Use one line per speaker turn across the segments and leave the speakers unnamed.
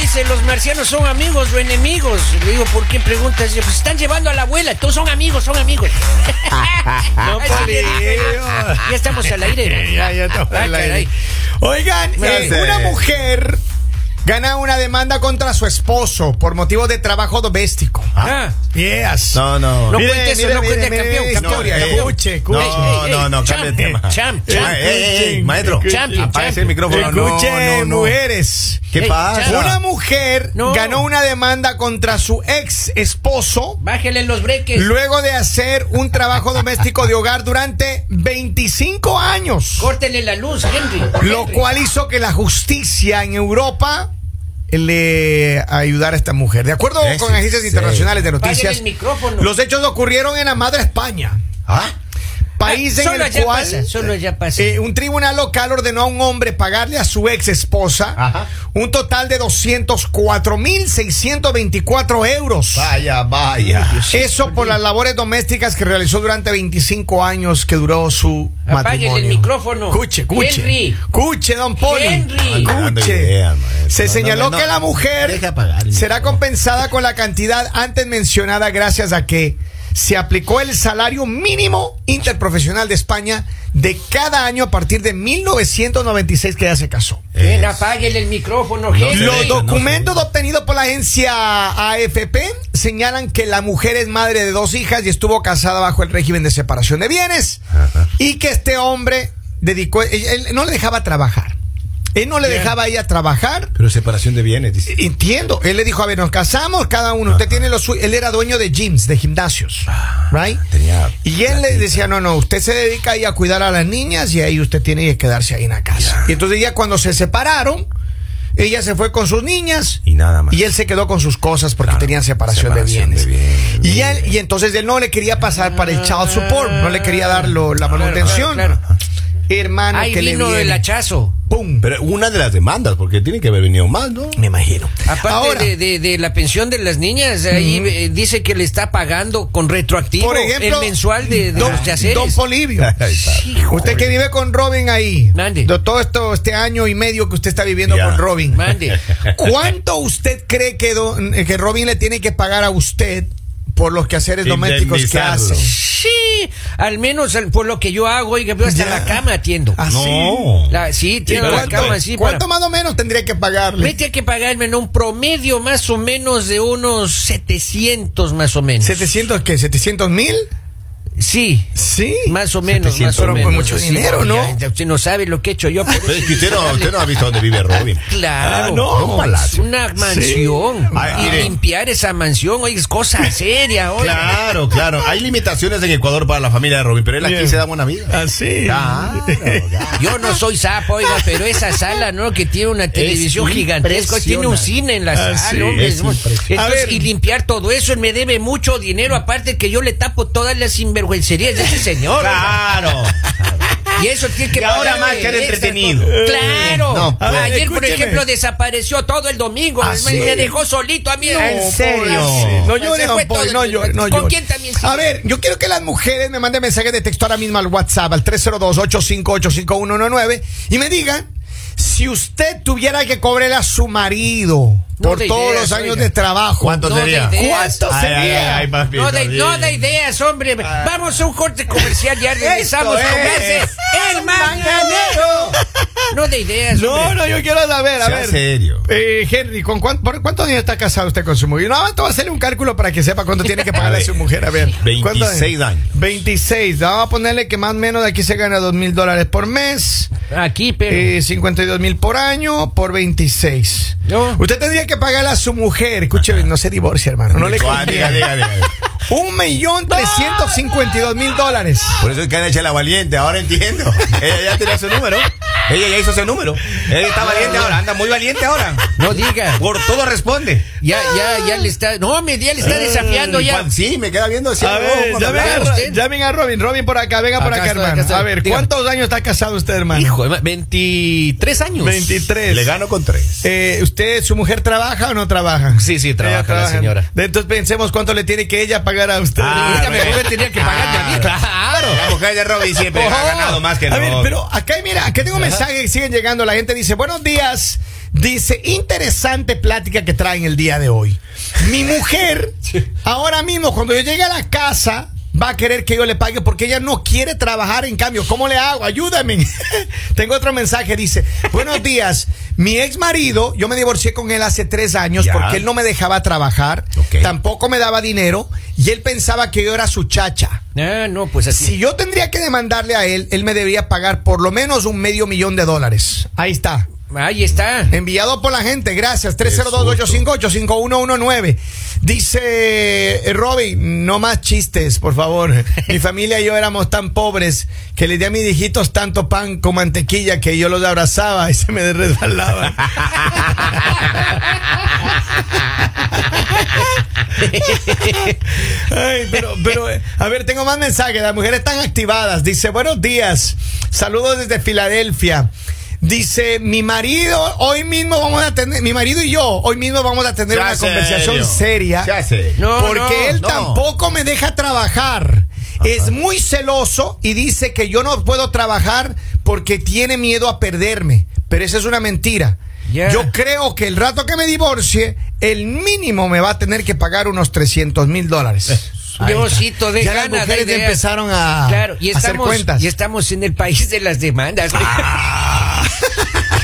dice, los marcianos son amigos o enemigos. Le digo, ¿por qué preguntas? Dice, Pues están llevando a la abuela, todos son amigos, son amigos.
No,
Así que
Polillo.
dijo, ya estamos al aire.
Ya, ya estamos
Ah,
al aire.
caray.
Oigan,
No
eh,
sé.
una mujer gana una demanda contra su esposo por motivo de trabajo doméstico.
Ah.
Yes.
No, no.
No
Mire,
cuente eso,
mire,
no
mire,
cuente
mire,
campeón, campeón,
mire, historia,
campeón.
escuche, escuche.
No,
Ey, ey,
no,
ey,
no, cambia de tema.
Champ, champ.
Ey, ey, ey, eh, maestro.
Champion,
Apague el
champion.
micrófono. No,
Escuche,
no, no.
mujeres.
¿Qué
Ey,
pasa?
chao.
Una mujer
No.
ganó una demanda contra su ex esposo
Bájele los breques.
luego de hacer un trabajo doméstico de hogar durante 25 años.
Córtele la luz, Henry.
Lo
Henry. Ah,
cual hizo que la justicia en Europa le ayudara a esta mujer. De acuerdo
Ese
con agencias
sí.
internacionales de
Apáguele
noticias,
el micrófono.
los hechos ocurrieron en la madre España.
¿Ah?
País
Ah,
en
solo
el
allá
cual
pasa, solo allá pasa.
eh, un tribunal local ordenó a un hombre pagarle a su ex esposa
Ajá.
un total de 204.624 euros.
Vaya, vaya.
Eso por las labores domésticas que realizó durante 25 años que duró su
Apáguele el
matrimonio.
micrófono.
Escuche, escuche.
Henry.
Escuche, don Poli.
Henry.
Dando
Escuche.
ideas, maestro.
Se
No,
señaló
no, no,
que la mujer
deja apagar el
será
micrófono.
compensada con la cantidad antes mencionada gracias a que se aplicó el salario mínimo interprofesional de España de cada año a partir de 1996 que ya se casó.
Ven,
Es-
apáguele el micrófono,
se
Henry.
Los
ve, no
documentos obtenidos por la agencia AFP señalan que la mujer es madre de dos hijas y estuvo casada bajo el régimen de separación de bienes
Ajá.
y que este hombre dedicó, él, él no le dejaba trabajar. Él no le
Bien.
dejaba a ella trabajar.
Pero separación de bienes, dice.
Entiendo. Él le dijo, a ver, nos casamos cada uno. Usted tiene los Él era dueño de gyms, de gimnasios. Right?
Ah, tenía
Y él le
platita.
decía, no, no, usted se dedica ahí a cuidar a las niñas y ahí usted tiene que quedarse ahí en la casa. Y entonces ya cuando se separaron, ella se fue con sus niñas.
Y nada más.
Y él se quedó con sus cosas porque
Claro,
tenían separación,
separación
de
de
bienes.
bienes.
Y, él, y entonces él no le quería pasar para el child support, no le quería dar lo- la
Claro,
manutención.
claro,
Hermano,
Ahí
que
vino
le
el
viene.
hachazo.
¡Pum!
Pero una de las demandas, porque tiene que haber venido más, ¿no?
Me imagino.
Aparte
Ahora, Mm.
de, de- de la pensión de las niñas, ahí eh, dice que le está pagando con retroactivo
por ejemplo,
el mensual de, de
don,
los quehaceres.
don Polibio.
Ay, padre.
Usted que vive con Robin ahí,
Mande.
de todo esto, este año y medio que usted está viviendo
Ya.
con Robin,
Mande.
¿cuánto usted cree que, don- eh, que Robin le tiene que pagar a usted por los quehaceres domésticos que hace?
Indemnizarlo.
Sí, al menos al- por lo que yo hago, oiga, pero hasta
Ya.
la cama atiendo.
Ah,
No.
La- sí, tiene
pero
la
¿cuánto-
cama así.
¿Cuánto
para-
más o menos tendría que pagarle?
Vete a que pagarme en un promedio más o menos de unos 700 más o menos.
¿700 qué? ¿700 mil?
Sí.
Sí.
Más o menos,
700,
más o
pero
menos.
con mucho
Sí,
dinero, ¿no?
ya, ya Usted no sabe lo que he hecho yo. por
Pero
eso
es que usted no, usted no ha visto dónde vive Robin.
Claro,
Ah, no, un palacio.
una mansión.
Ah,
y
mire.
limpiar esa mansión, oye, es cosa seria ahora.
Claro, claro. Hay limitaciones en Ecuador para la familia de Robin, pero él aquí
Bien. Ah,
se da buena vida.
Así.
Claro, claro.
Yo no soy sapo, oiga, pero esa sala, ¿no? Que tiene una televisión gigantesca, tiene un cine en la
Ah,
sala,
sí,
hombre.
es
somos-
impresionante.
Entonces,
A ver.
y limpiar todo eso, él me debe mucho dinero, aparte que yo le tapo todas las sinvergüencerías de ese señor. oiga.
Claro.
Y eso tiene que
Y ahora
pagarle
más que era
extra,
entretenido.
todo. Claro.
No, pues.
Ayer, por
Escúcheme.
ejemplo, desapareció todo el domingo.
¿Ah, sí?
Me dejó solito a mí. pues,
¿En serio?
Ah, No
Se
llores,
fue
don
todo
Poli,
el-
no llores, no
¿Con
llores.
quién también se-
A ver, yo quiero que las mujeres me manden mensajes de texto ahora mismo al WhatsApp, al 302-858-5119, y me digan si usted tuviera que cobrarle a su marido por
de
todos
ideas,
los años
oiga.
de trabajo.
¿Cuánto
No,
sería?
de idea.
¿Cuánto
Ay, ay,
sería?
ay, papi,
No de,
Jordi.
no de ideas, hombre. Vamos a un corte comercial y ya regresamos
Ah. Esto
con ese
es
El Mañanero. No de ideas,
No,
hombre.
no, yo quiero saber, a
Sea
ver.
serio.
Eh, Henry, ¿con cuán- por cuántos años está casado usted con su mujer? No, vamos a hacerle un cálculo para que sepa cuánto tiene que pagarle a su mujer. A ver,
26
¿cuántos
años.
26. Vamos a ponerle que más o menos de aquí se gana 2 mil dólares por mes.
Aquí, pero.
Eh, 52 mil por año por 26.
No.
Usted tendría que pagarle a su mujer. Escúcheme, no se divorcia, hermano. No le
Ah, diga,
conviene.
diga, diga.
Un millón trescientos cincuenta y dos mil dólares.
Por eso es que han hecho la valiente, ahora entiendo. Ella ya tenía su número. Ella ya hizo su número. Ella está valiente ahora, anda muy valiente ahora.
No diga.
Por todo responde.
Ya, ya, ya le está. No, me ya le está desafiando ya.
Juan, Sí, me queda viendo así.
A
Oh,
algo,
ver,
con
ya
la
venga,
cara.
veo usted.
ya venga Robin, Robin por acá, venga por
Acá
acá,
estoy, acá
hermano.
estoy.
A ver,
Dígame.
¿cuántos años está casado usted, hermano?
Hijo, 23 años.
23.
Le gano con tres.
Eh, ¿Usted, su mujer trabaja o no trabaja?
Sí, sí, trabaja
Ella
la señora.
Entonces pensemos cuánto le tiene que ella pagar a usted.
Ah,
Dígame,
bueno.
¿cómo tenía que pagarme a mí?
Claro.
Claro.
mujer de Robin siempre ha ganado más que
a ver,
nosotros.
pero acá mira, acá tengo mensajes que siguen llegando. La gente dice, buenos días. Dice, interesante plática que traen el día de hoy. Mi mujer, ahora mismo, cuando yo llegue a la casa, va a querer que yo le pague porque ella no quiere trabajar. En cambio, ¿cómo le hago? Ayúdame. tengo otro mensaje, dice, buenos días. Mi ex marido, yo me divorcié con él hace tres años
Ya.
porque él no me dejaba trabajar,
Ok.
tampoco me daba dinero y él pensaba que yo era su chacha.
Ah, no, pues así.
Si yo tendría que demandarle a él, él me debería pagar por lo menos un medio millón de dólares. Ahí está.
Ahí está.
Enviado por la gente, gracias. 302-858-5119. Dice eh, Robin, no más chistes, por favor. Mi familia y yo éramos tan pobres que le di a mis hijitos tanto pan con mantequilla que yo los abrazaba y se me resbalaba. Ay, pero, pero, eh, a ver, tengo más mensajes. Las mujeres están activadas. Dice, buenos días. Saludos desde Filadelfia. Dice, mi marido, hoy mismo vamos a tener, mi marido y yo, hoy mismo vamos a tener
Ya
una
serio.
conversación seria.
Ya serio.
No,
porque
no,
él
no.
tampoco me deja trabajar. Es muy celoso y dice que yo no puedo trabajar porque tiene miedo a perderme. Pero esa es una mentira.
Ya.
Yo creo que el rato que me divorcie, el mínimo me va a tener que pagar unos 300 mil dólares.
Eh, Diosito, de
Ya
ganas,
las mujeres
da
ya
ideas.
empezaron a,
Claro, y
a hacer
estamos,
cuentas.
y estamos en el país de las demandas.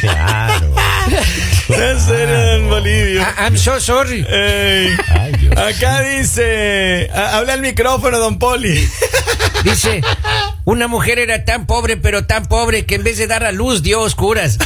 Claro.
en Bolivia.
I- Ah, I'm so sorry.
Ay, Dios.
acá dice, habla el micrófono, don Poli.
Dice, una mujer era tan pobre, pero tan pobre, que en vez de dar a luz dio oscuras.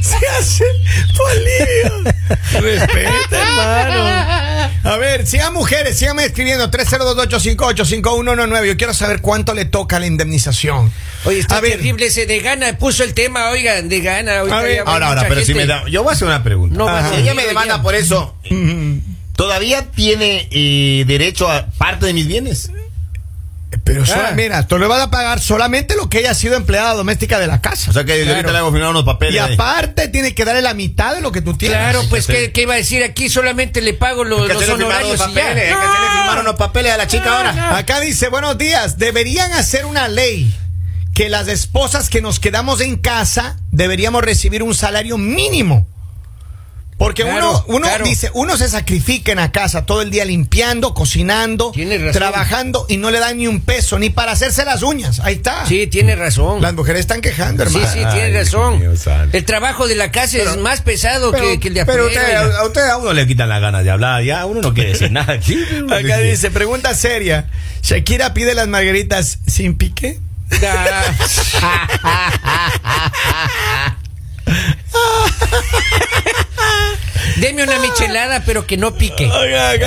se hace Polivio. Respeta, hermano. A ver, sigan mujeres, síganme escribiendo 302-858-5119. Yo quiero saber cuánto le toca la indemnización.
Oye,
a
está
ver,
terrible ese de gana. Puso el tema, oigan, de gana. ahorita
A ver,
ya va
Ahora, ahora,
mucha
pero si
gente.
me da. Yo voy a hacer una pregunta.
No,
Ajá.
vas a-
si ella me
yo
demanda
ya.
por eso, ¿todavía tiene eh, derecho a parte de mis bienes?
pero solo-
Ah.
mira, tú le vas a pagar solamente lo que ella ha sido empleada doméstica de la casa.
O sea que yo ahorita
Claro.
le hago firmar unos papeles.
y
ahí.
aparte, tiene que darle la mitad de lo que tú tienes.
Claro, pues,
Fíjate.
¿qué, qué iba a decir aquí? Solamente le pago
Hay
los,
que
los
hacerle firmar
honorarios
unos
y ya.
papeles. hay que hacerle firmar unos papeles a la chica
No,
ahora.
no.
Acá dice, buenos días, deberían hacer una ley que las esposas que nos quedamos en casa deberíamos recibir un salario mínimo. Porque
Claro,
uno, uno
claro.
dice, uno se sacrifica en la casa todo el día limpiando, cocinando,
Tienes razón.
trabajando y no le dan ni un peso, ni para hacerse las uñas. Ahí está.
Sí, tiene razón.
Las mujeres están quejando,
Sí,
hermano.
sí,
Ay,
tiene
Dios
razón.
mío, santo.
el trabajo de la casa es más pesado que, que el de
pero
afuera,
usted-
oiga.
a usted a uno le quitan las ganas de hablar, ya uno no quiere decir nada aquí.
Acá dice, pregunta seria. Shakira pide las margaritas sin pique.
Ah. Deme una michelada, pero que no pique.
Oiga,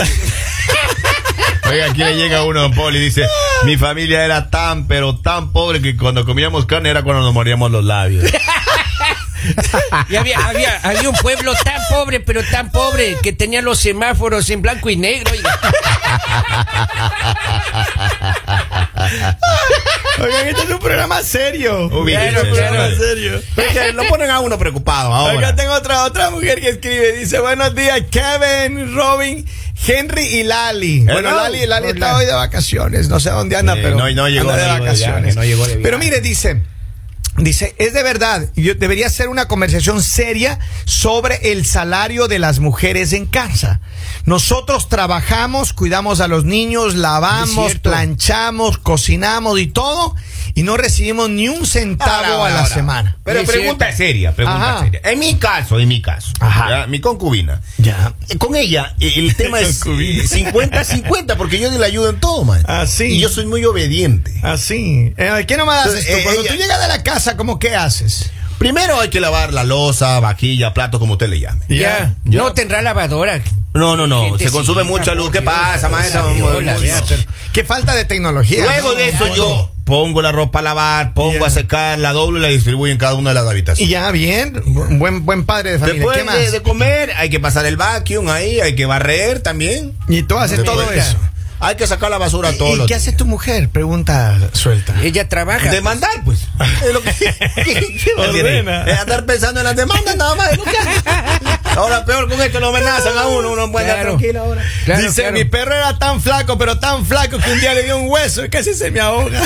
aquí le llega uno a Poli y dice, mi familia era tan, pero tan pobre que cuando comíamos carne era cuando nos moríamos los labios.
Y había, había, había un pueblo tan pobre, pero tan pobre, que tenía los semáforos en blanco y negro. oiga.
Oigan, este es un programa serio.
Ubíquese,
Claro, un programa
señores.
serio.
Pero es que lo ponen a uno preocupado
Acá
ahora.
tengo otra, otra mujer que escribe, dice, buenos días, Kevin, Robin, Henry y Lali. Bueno,
Hello.
Lali, Lali está
Hola.
hoy de vacaciones, no sé dónde anda,
Sí,
pero
no- no llegó,
anda de
no llegó de viaje,
vacaciones.
no llegó de viaje.
pero mire, dice, dice, es de verdad, yo, debería ser una conversación seria sobre el salario de las mujeres en casa. Nosotros trabajamos, cuidamos a los niños, lavamos,
cierto.
planchamos, cocinamos y todo, y no recibimos ni un centavo
Ahora,
a
ahora,
la
ahora.
semana.
Pero
Sí, es
pregunta
cierto.
seria, pregunta
Ajá.
seria. En mi caso, en mi caso,
Ajá.
ya, mi concubina.
Ya.
Eh, Con ella, eh, el tema es
Concubina.
50-50, porque yo le ayudo en todo, man.
Ah, sí.
Y yo soy muy obediente.
Así. Eh, ¿Qué nomás haces tú?
Entonces, eh,
Cuando
ella-
tú llegas de la casa, ¿cómo qué haces?
Primero hay que lavar la loza, vaquilla, plato, como usted le llame.
Ya,
Ya,
no tendrá lavadora.
No, no, no.
Gente
se consume
sin
mucha
vida,
luz.
por
¿Qué
Dios,
pasa,
por
maestra?
Dios,
Muy-
hola,
muy-
vea, pero-
Qué falta de tecnología.
Luego de eso yo pongo la ropa a lavar, pongo
Ya.
a secar, la doblo y la distribuyo en cada una de las
Y
habitaciones.
ya, bien. bu- Buen, buen padre de familia. ¿Qué
Después
más?
de, de comer hay que pasar el vacuum ahí, hay que barrer también.
Y tú haces
Después
todo
ya,
eso.
Hay que sacar la basura
¿Y-
todos
¿Y
los
qué hace tu mujer? Pregunta suelta.
Ella trabaja.
Demandar, pues. Es lo que. ¿Qué- qué- qué más tiene?
Ordena.
Es andar pensando en las demandas nada más. es lo que hace. Ahora peor con esto lo amenazan a uno, uno puede andar
Claro.
tranquilo ahora.
Claro,
Dice,
claro.
mi perro era tan flaco, pero tan flaco que un día le dio un hueso y casi se me ahoga.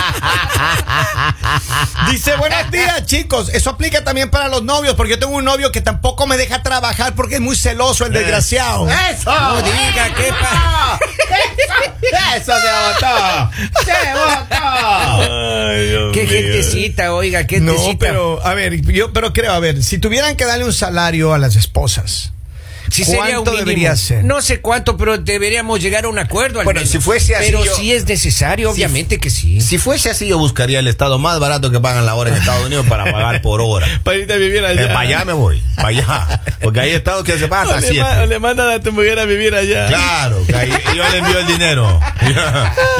Ah.
Dice, buenos días, chicos. Eso aplica también para los novios, porque yo tengo un novio que tampoco me deja trabajar porque es muy celoso,
Eh.
el desgraciado.
¡Eso!
No diga, ¿qué pasa?
¡Eso se votó! ¡Se votó!
Qué gentecita, oiga, qué
No,
gentecita.
pero, a ver, yo pero creo, a ver, si tuvieran que darle un salario a las esposas,
Si
¿cuánto
sería un mínimo.
debería ser?
No sé cuánto, pero deberíamos llegar a un acuerdo. Al
Bueno,
menos.
si fuese así,
Pero
yo-
sí es necesario, obviamente que sí.
Si fuese así, yo buscaría el estado más barato que pagan la hora en Estados Unidos para pagar por hora.
Para irte a vivir allá.
para allá me voy, para allá. Porque hay estados que se pagan
O
hasta
le, ma- o
siete.
le mandan a tu mujer a vivir allá.
Claro, que ahí- yo le envío el dinero. Yo,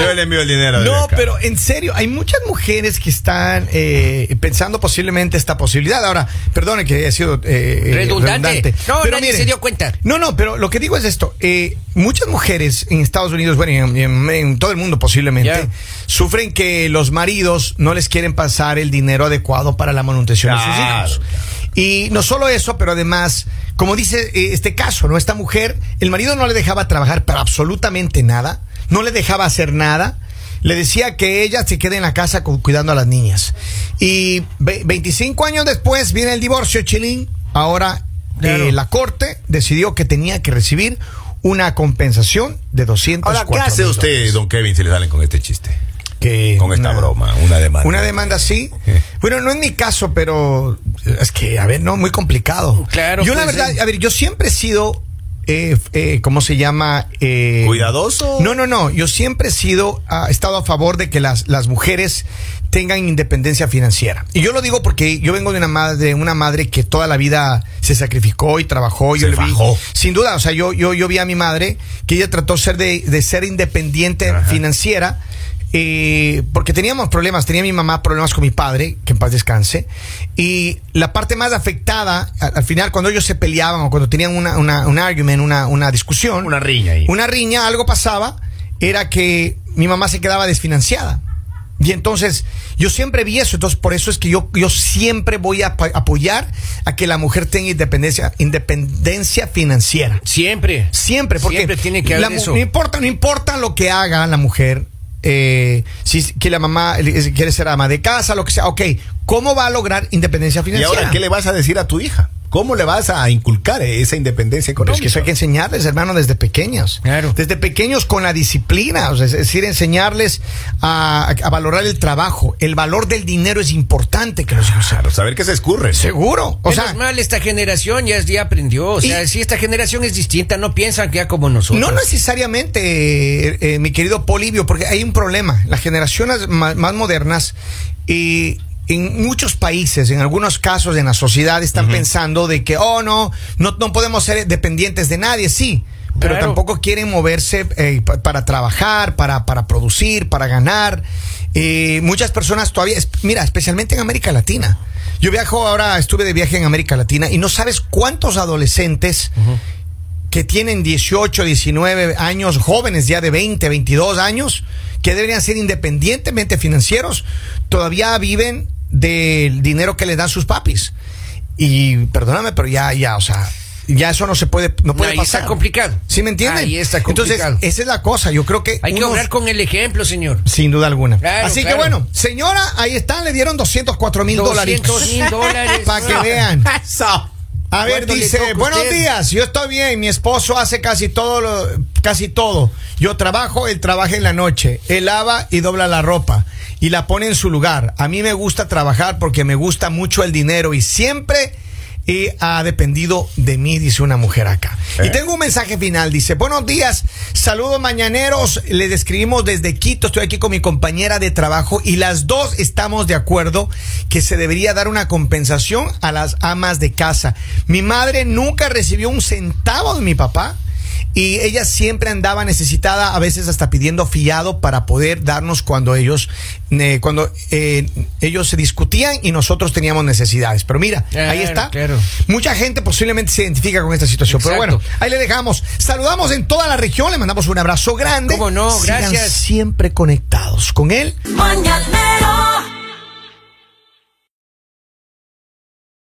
yo le envío el dinero. de
No,
acá.
pero en serio, hay muchas mujeres que están eh, pensando posiblemente esta posibilidad. Ahora, perdone que haya sido eh, eh,
Redundante. No, nadie
mire,
se dio cuenta.
No, no, pero lo que digo es esto. eh, muchas mujeres en Estados Unidos, bueno, y en, y en- en todo el mundo posiblemente,
Ya.
sufren que los maridos no les quieren pasar el dinero adecuado para la manutención
Claro,
de sus hijos.
claro.
Y no solo eso, pero además, como dice eh, este caso, ¿no? Esta mujer, el marido no le dejaba trabajar para absolutamente nada, no le dejaba hacer nada. Le decía que ella se quede en la casa cu- cuidando a las niñas. Y ve- 25 años después viene el divorcio, Chilín. Ahora eh,
Claro.
la corte decidió que tenía que recibir una compensación de 204
Ahora, ¿qué hace
mil
usted,
dólares.
don Kevin, si le salen con este chiste?
Que
Con esta
una-
broma, una demanda.
Una demanda así.
Eh.
Bueno, no es mi caso, pero es que, a ver, no, muy complicado.
Claro,
Yo, la
pues,
verdad,
eh.
a ver, yo siempre he sido. eh, f- eh, ¿Cómo se llama? Eh,
¿Cuidadoso?
No, no, no. Yo siempre he sido, ah, he estado a favor de que las, las mujeres tengan independencia financiera. Y yo lo digo porque yo vengo de una madre, una madre que toda la vida se sacrificó y trabajó. Yo
Se
le vi-
fajó.
sin duda, o sea, yo, yo, yo vi a mi madre que ella trató ser de, de ser independiente
Ajá.
financiera. eh, porque teníamos problemas, tenía mi mamá problemas con mi padre, que en paz descanse, y la parte más afectada, a- al, final, cuando ellos se peleaban o cuando tenían una, una- un argument, una, una discusión,
Una riña ahí.
una riña, algo pasaba, era que mi mamá se quedaba desfinanciada. Y entonces yo siempre vi eso, entonces por eso es que yo, yo siempre voy a pa- apoyar a que la mujer tenga independencia, independencia financiera.
Siempre.
Siempre, porque
Siempre tiene que
la
haber
mu-
eso.
no importa, no importa lo que haga la mujer, eh, si es que la mamá eh, si quiere ser ama de casa, lo que sea, ok, ¿cómo va a lograr independencia
¿Y
financiera?
ahora qué le vas a decir a tu hija? ¿Cómo le vas a inculcar esa independencia
Pero
económica?
es que eso hay que enseñarles, hermano, desde pequeños.
Claro.
Desde pequeños con la disciplina, o sea, es decir, enseñarles a, a valorar el trabajo. El valor del dinero es importante que los hijos
Claro,
sepan.
saber que se escurre.
Seguro. O
Menos
sea,
mal, esta generación ya, ya aprendió. O sea,
Y-
si esta generación es distinta, no piensan que ya como nosotros.
no necesariamente, eh, eh, mi querido Polivio, porque hay un problema. Las generaciones ma- más, modernas y en muchos países, en algunos casos en la sociedad, están pensando de que, oh, no, no, no podemos ser dependientes de nadie, sí. Pero
Claro.
tampoco quieren moverse eh, pa- para trabajar, para, para producir, para ganar. Eh, muchas personas todavía, es- mira, especialmente en América Latina. Yo viajo ahora, estuve de viaje en América Latina y no sabes cuántos adolescentes que tienen 18, 19 años, jóvenes ya de 20, 22 años, que deberían ser independientemente financieros, todavía viven del dinero que les dan sus papis. Y perdóname, pero ya, ya, o sea, ya eso no se puede, no puede
Ahí
pasar.
está complicado.
¿Sí me entienden?
Ahí está complicado.
Entonces, esa es la cosa. Yo creo que.
Hay que
unos-
obrar con el ejemplo, señor.
Sin duda alguna.
Claro,
Así
claro.
que bueno, señora, ahí está, le dieron 204 mil dólares.
200 mil dólares.
Para que vean.
Eso.
A ver,
¿Cuánto le toca
dice,
a
buenos
usted?
días, yo estoy bien, mi esposo hace casi todo, lo- casi todo. Yo trabajo, él trabaja en la noche, él lava y dobla la ropa y la pone en su lugar. A mí me gusta trabajar porque me gusta mucho el dinero y siempre eh, ha dependido de mí, dice una mujer acá. Y
Eh.
tengo un mensaje final, dice, buenos días, saludos mañaneros, les escribimos desde Quito, estoy aquí con mi compañera de trabajo y las dos estamos de acuerdo que se debería dar una compensación a las amas de casa. Mi madre nunca recibió un centavo de mi papá y ella siempre andaba necesitada, a veces hasta pidiendo fiado para poder darnos cuando ellos, eh, cuando eh, ellos se discutían y nosotros teníamos necesidades. Pero mira, ahí
Claro,
está.
claro.
Mucha gente posiblemente se identifica con esta situación. Pero
Exacto.
bueno, ahí le dejamos. Saludamos en toda la región, le mandamos un abrazo grande.
¿Cómo no?
Sigan
Gracias.
siempre conectados con él.
Mañanero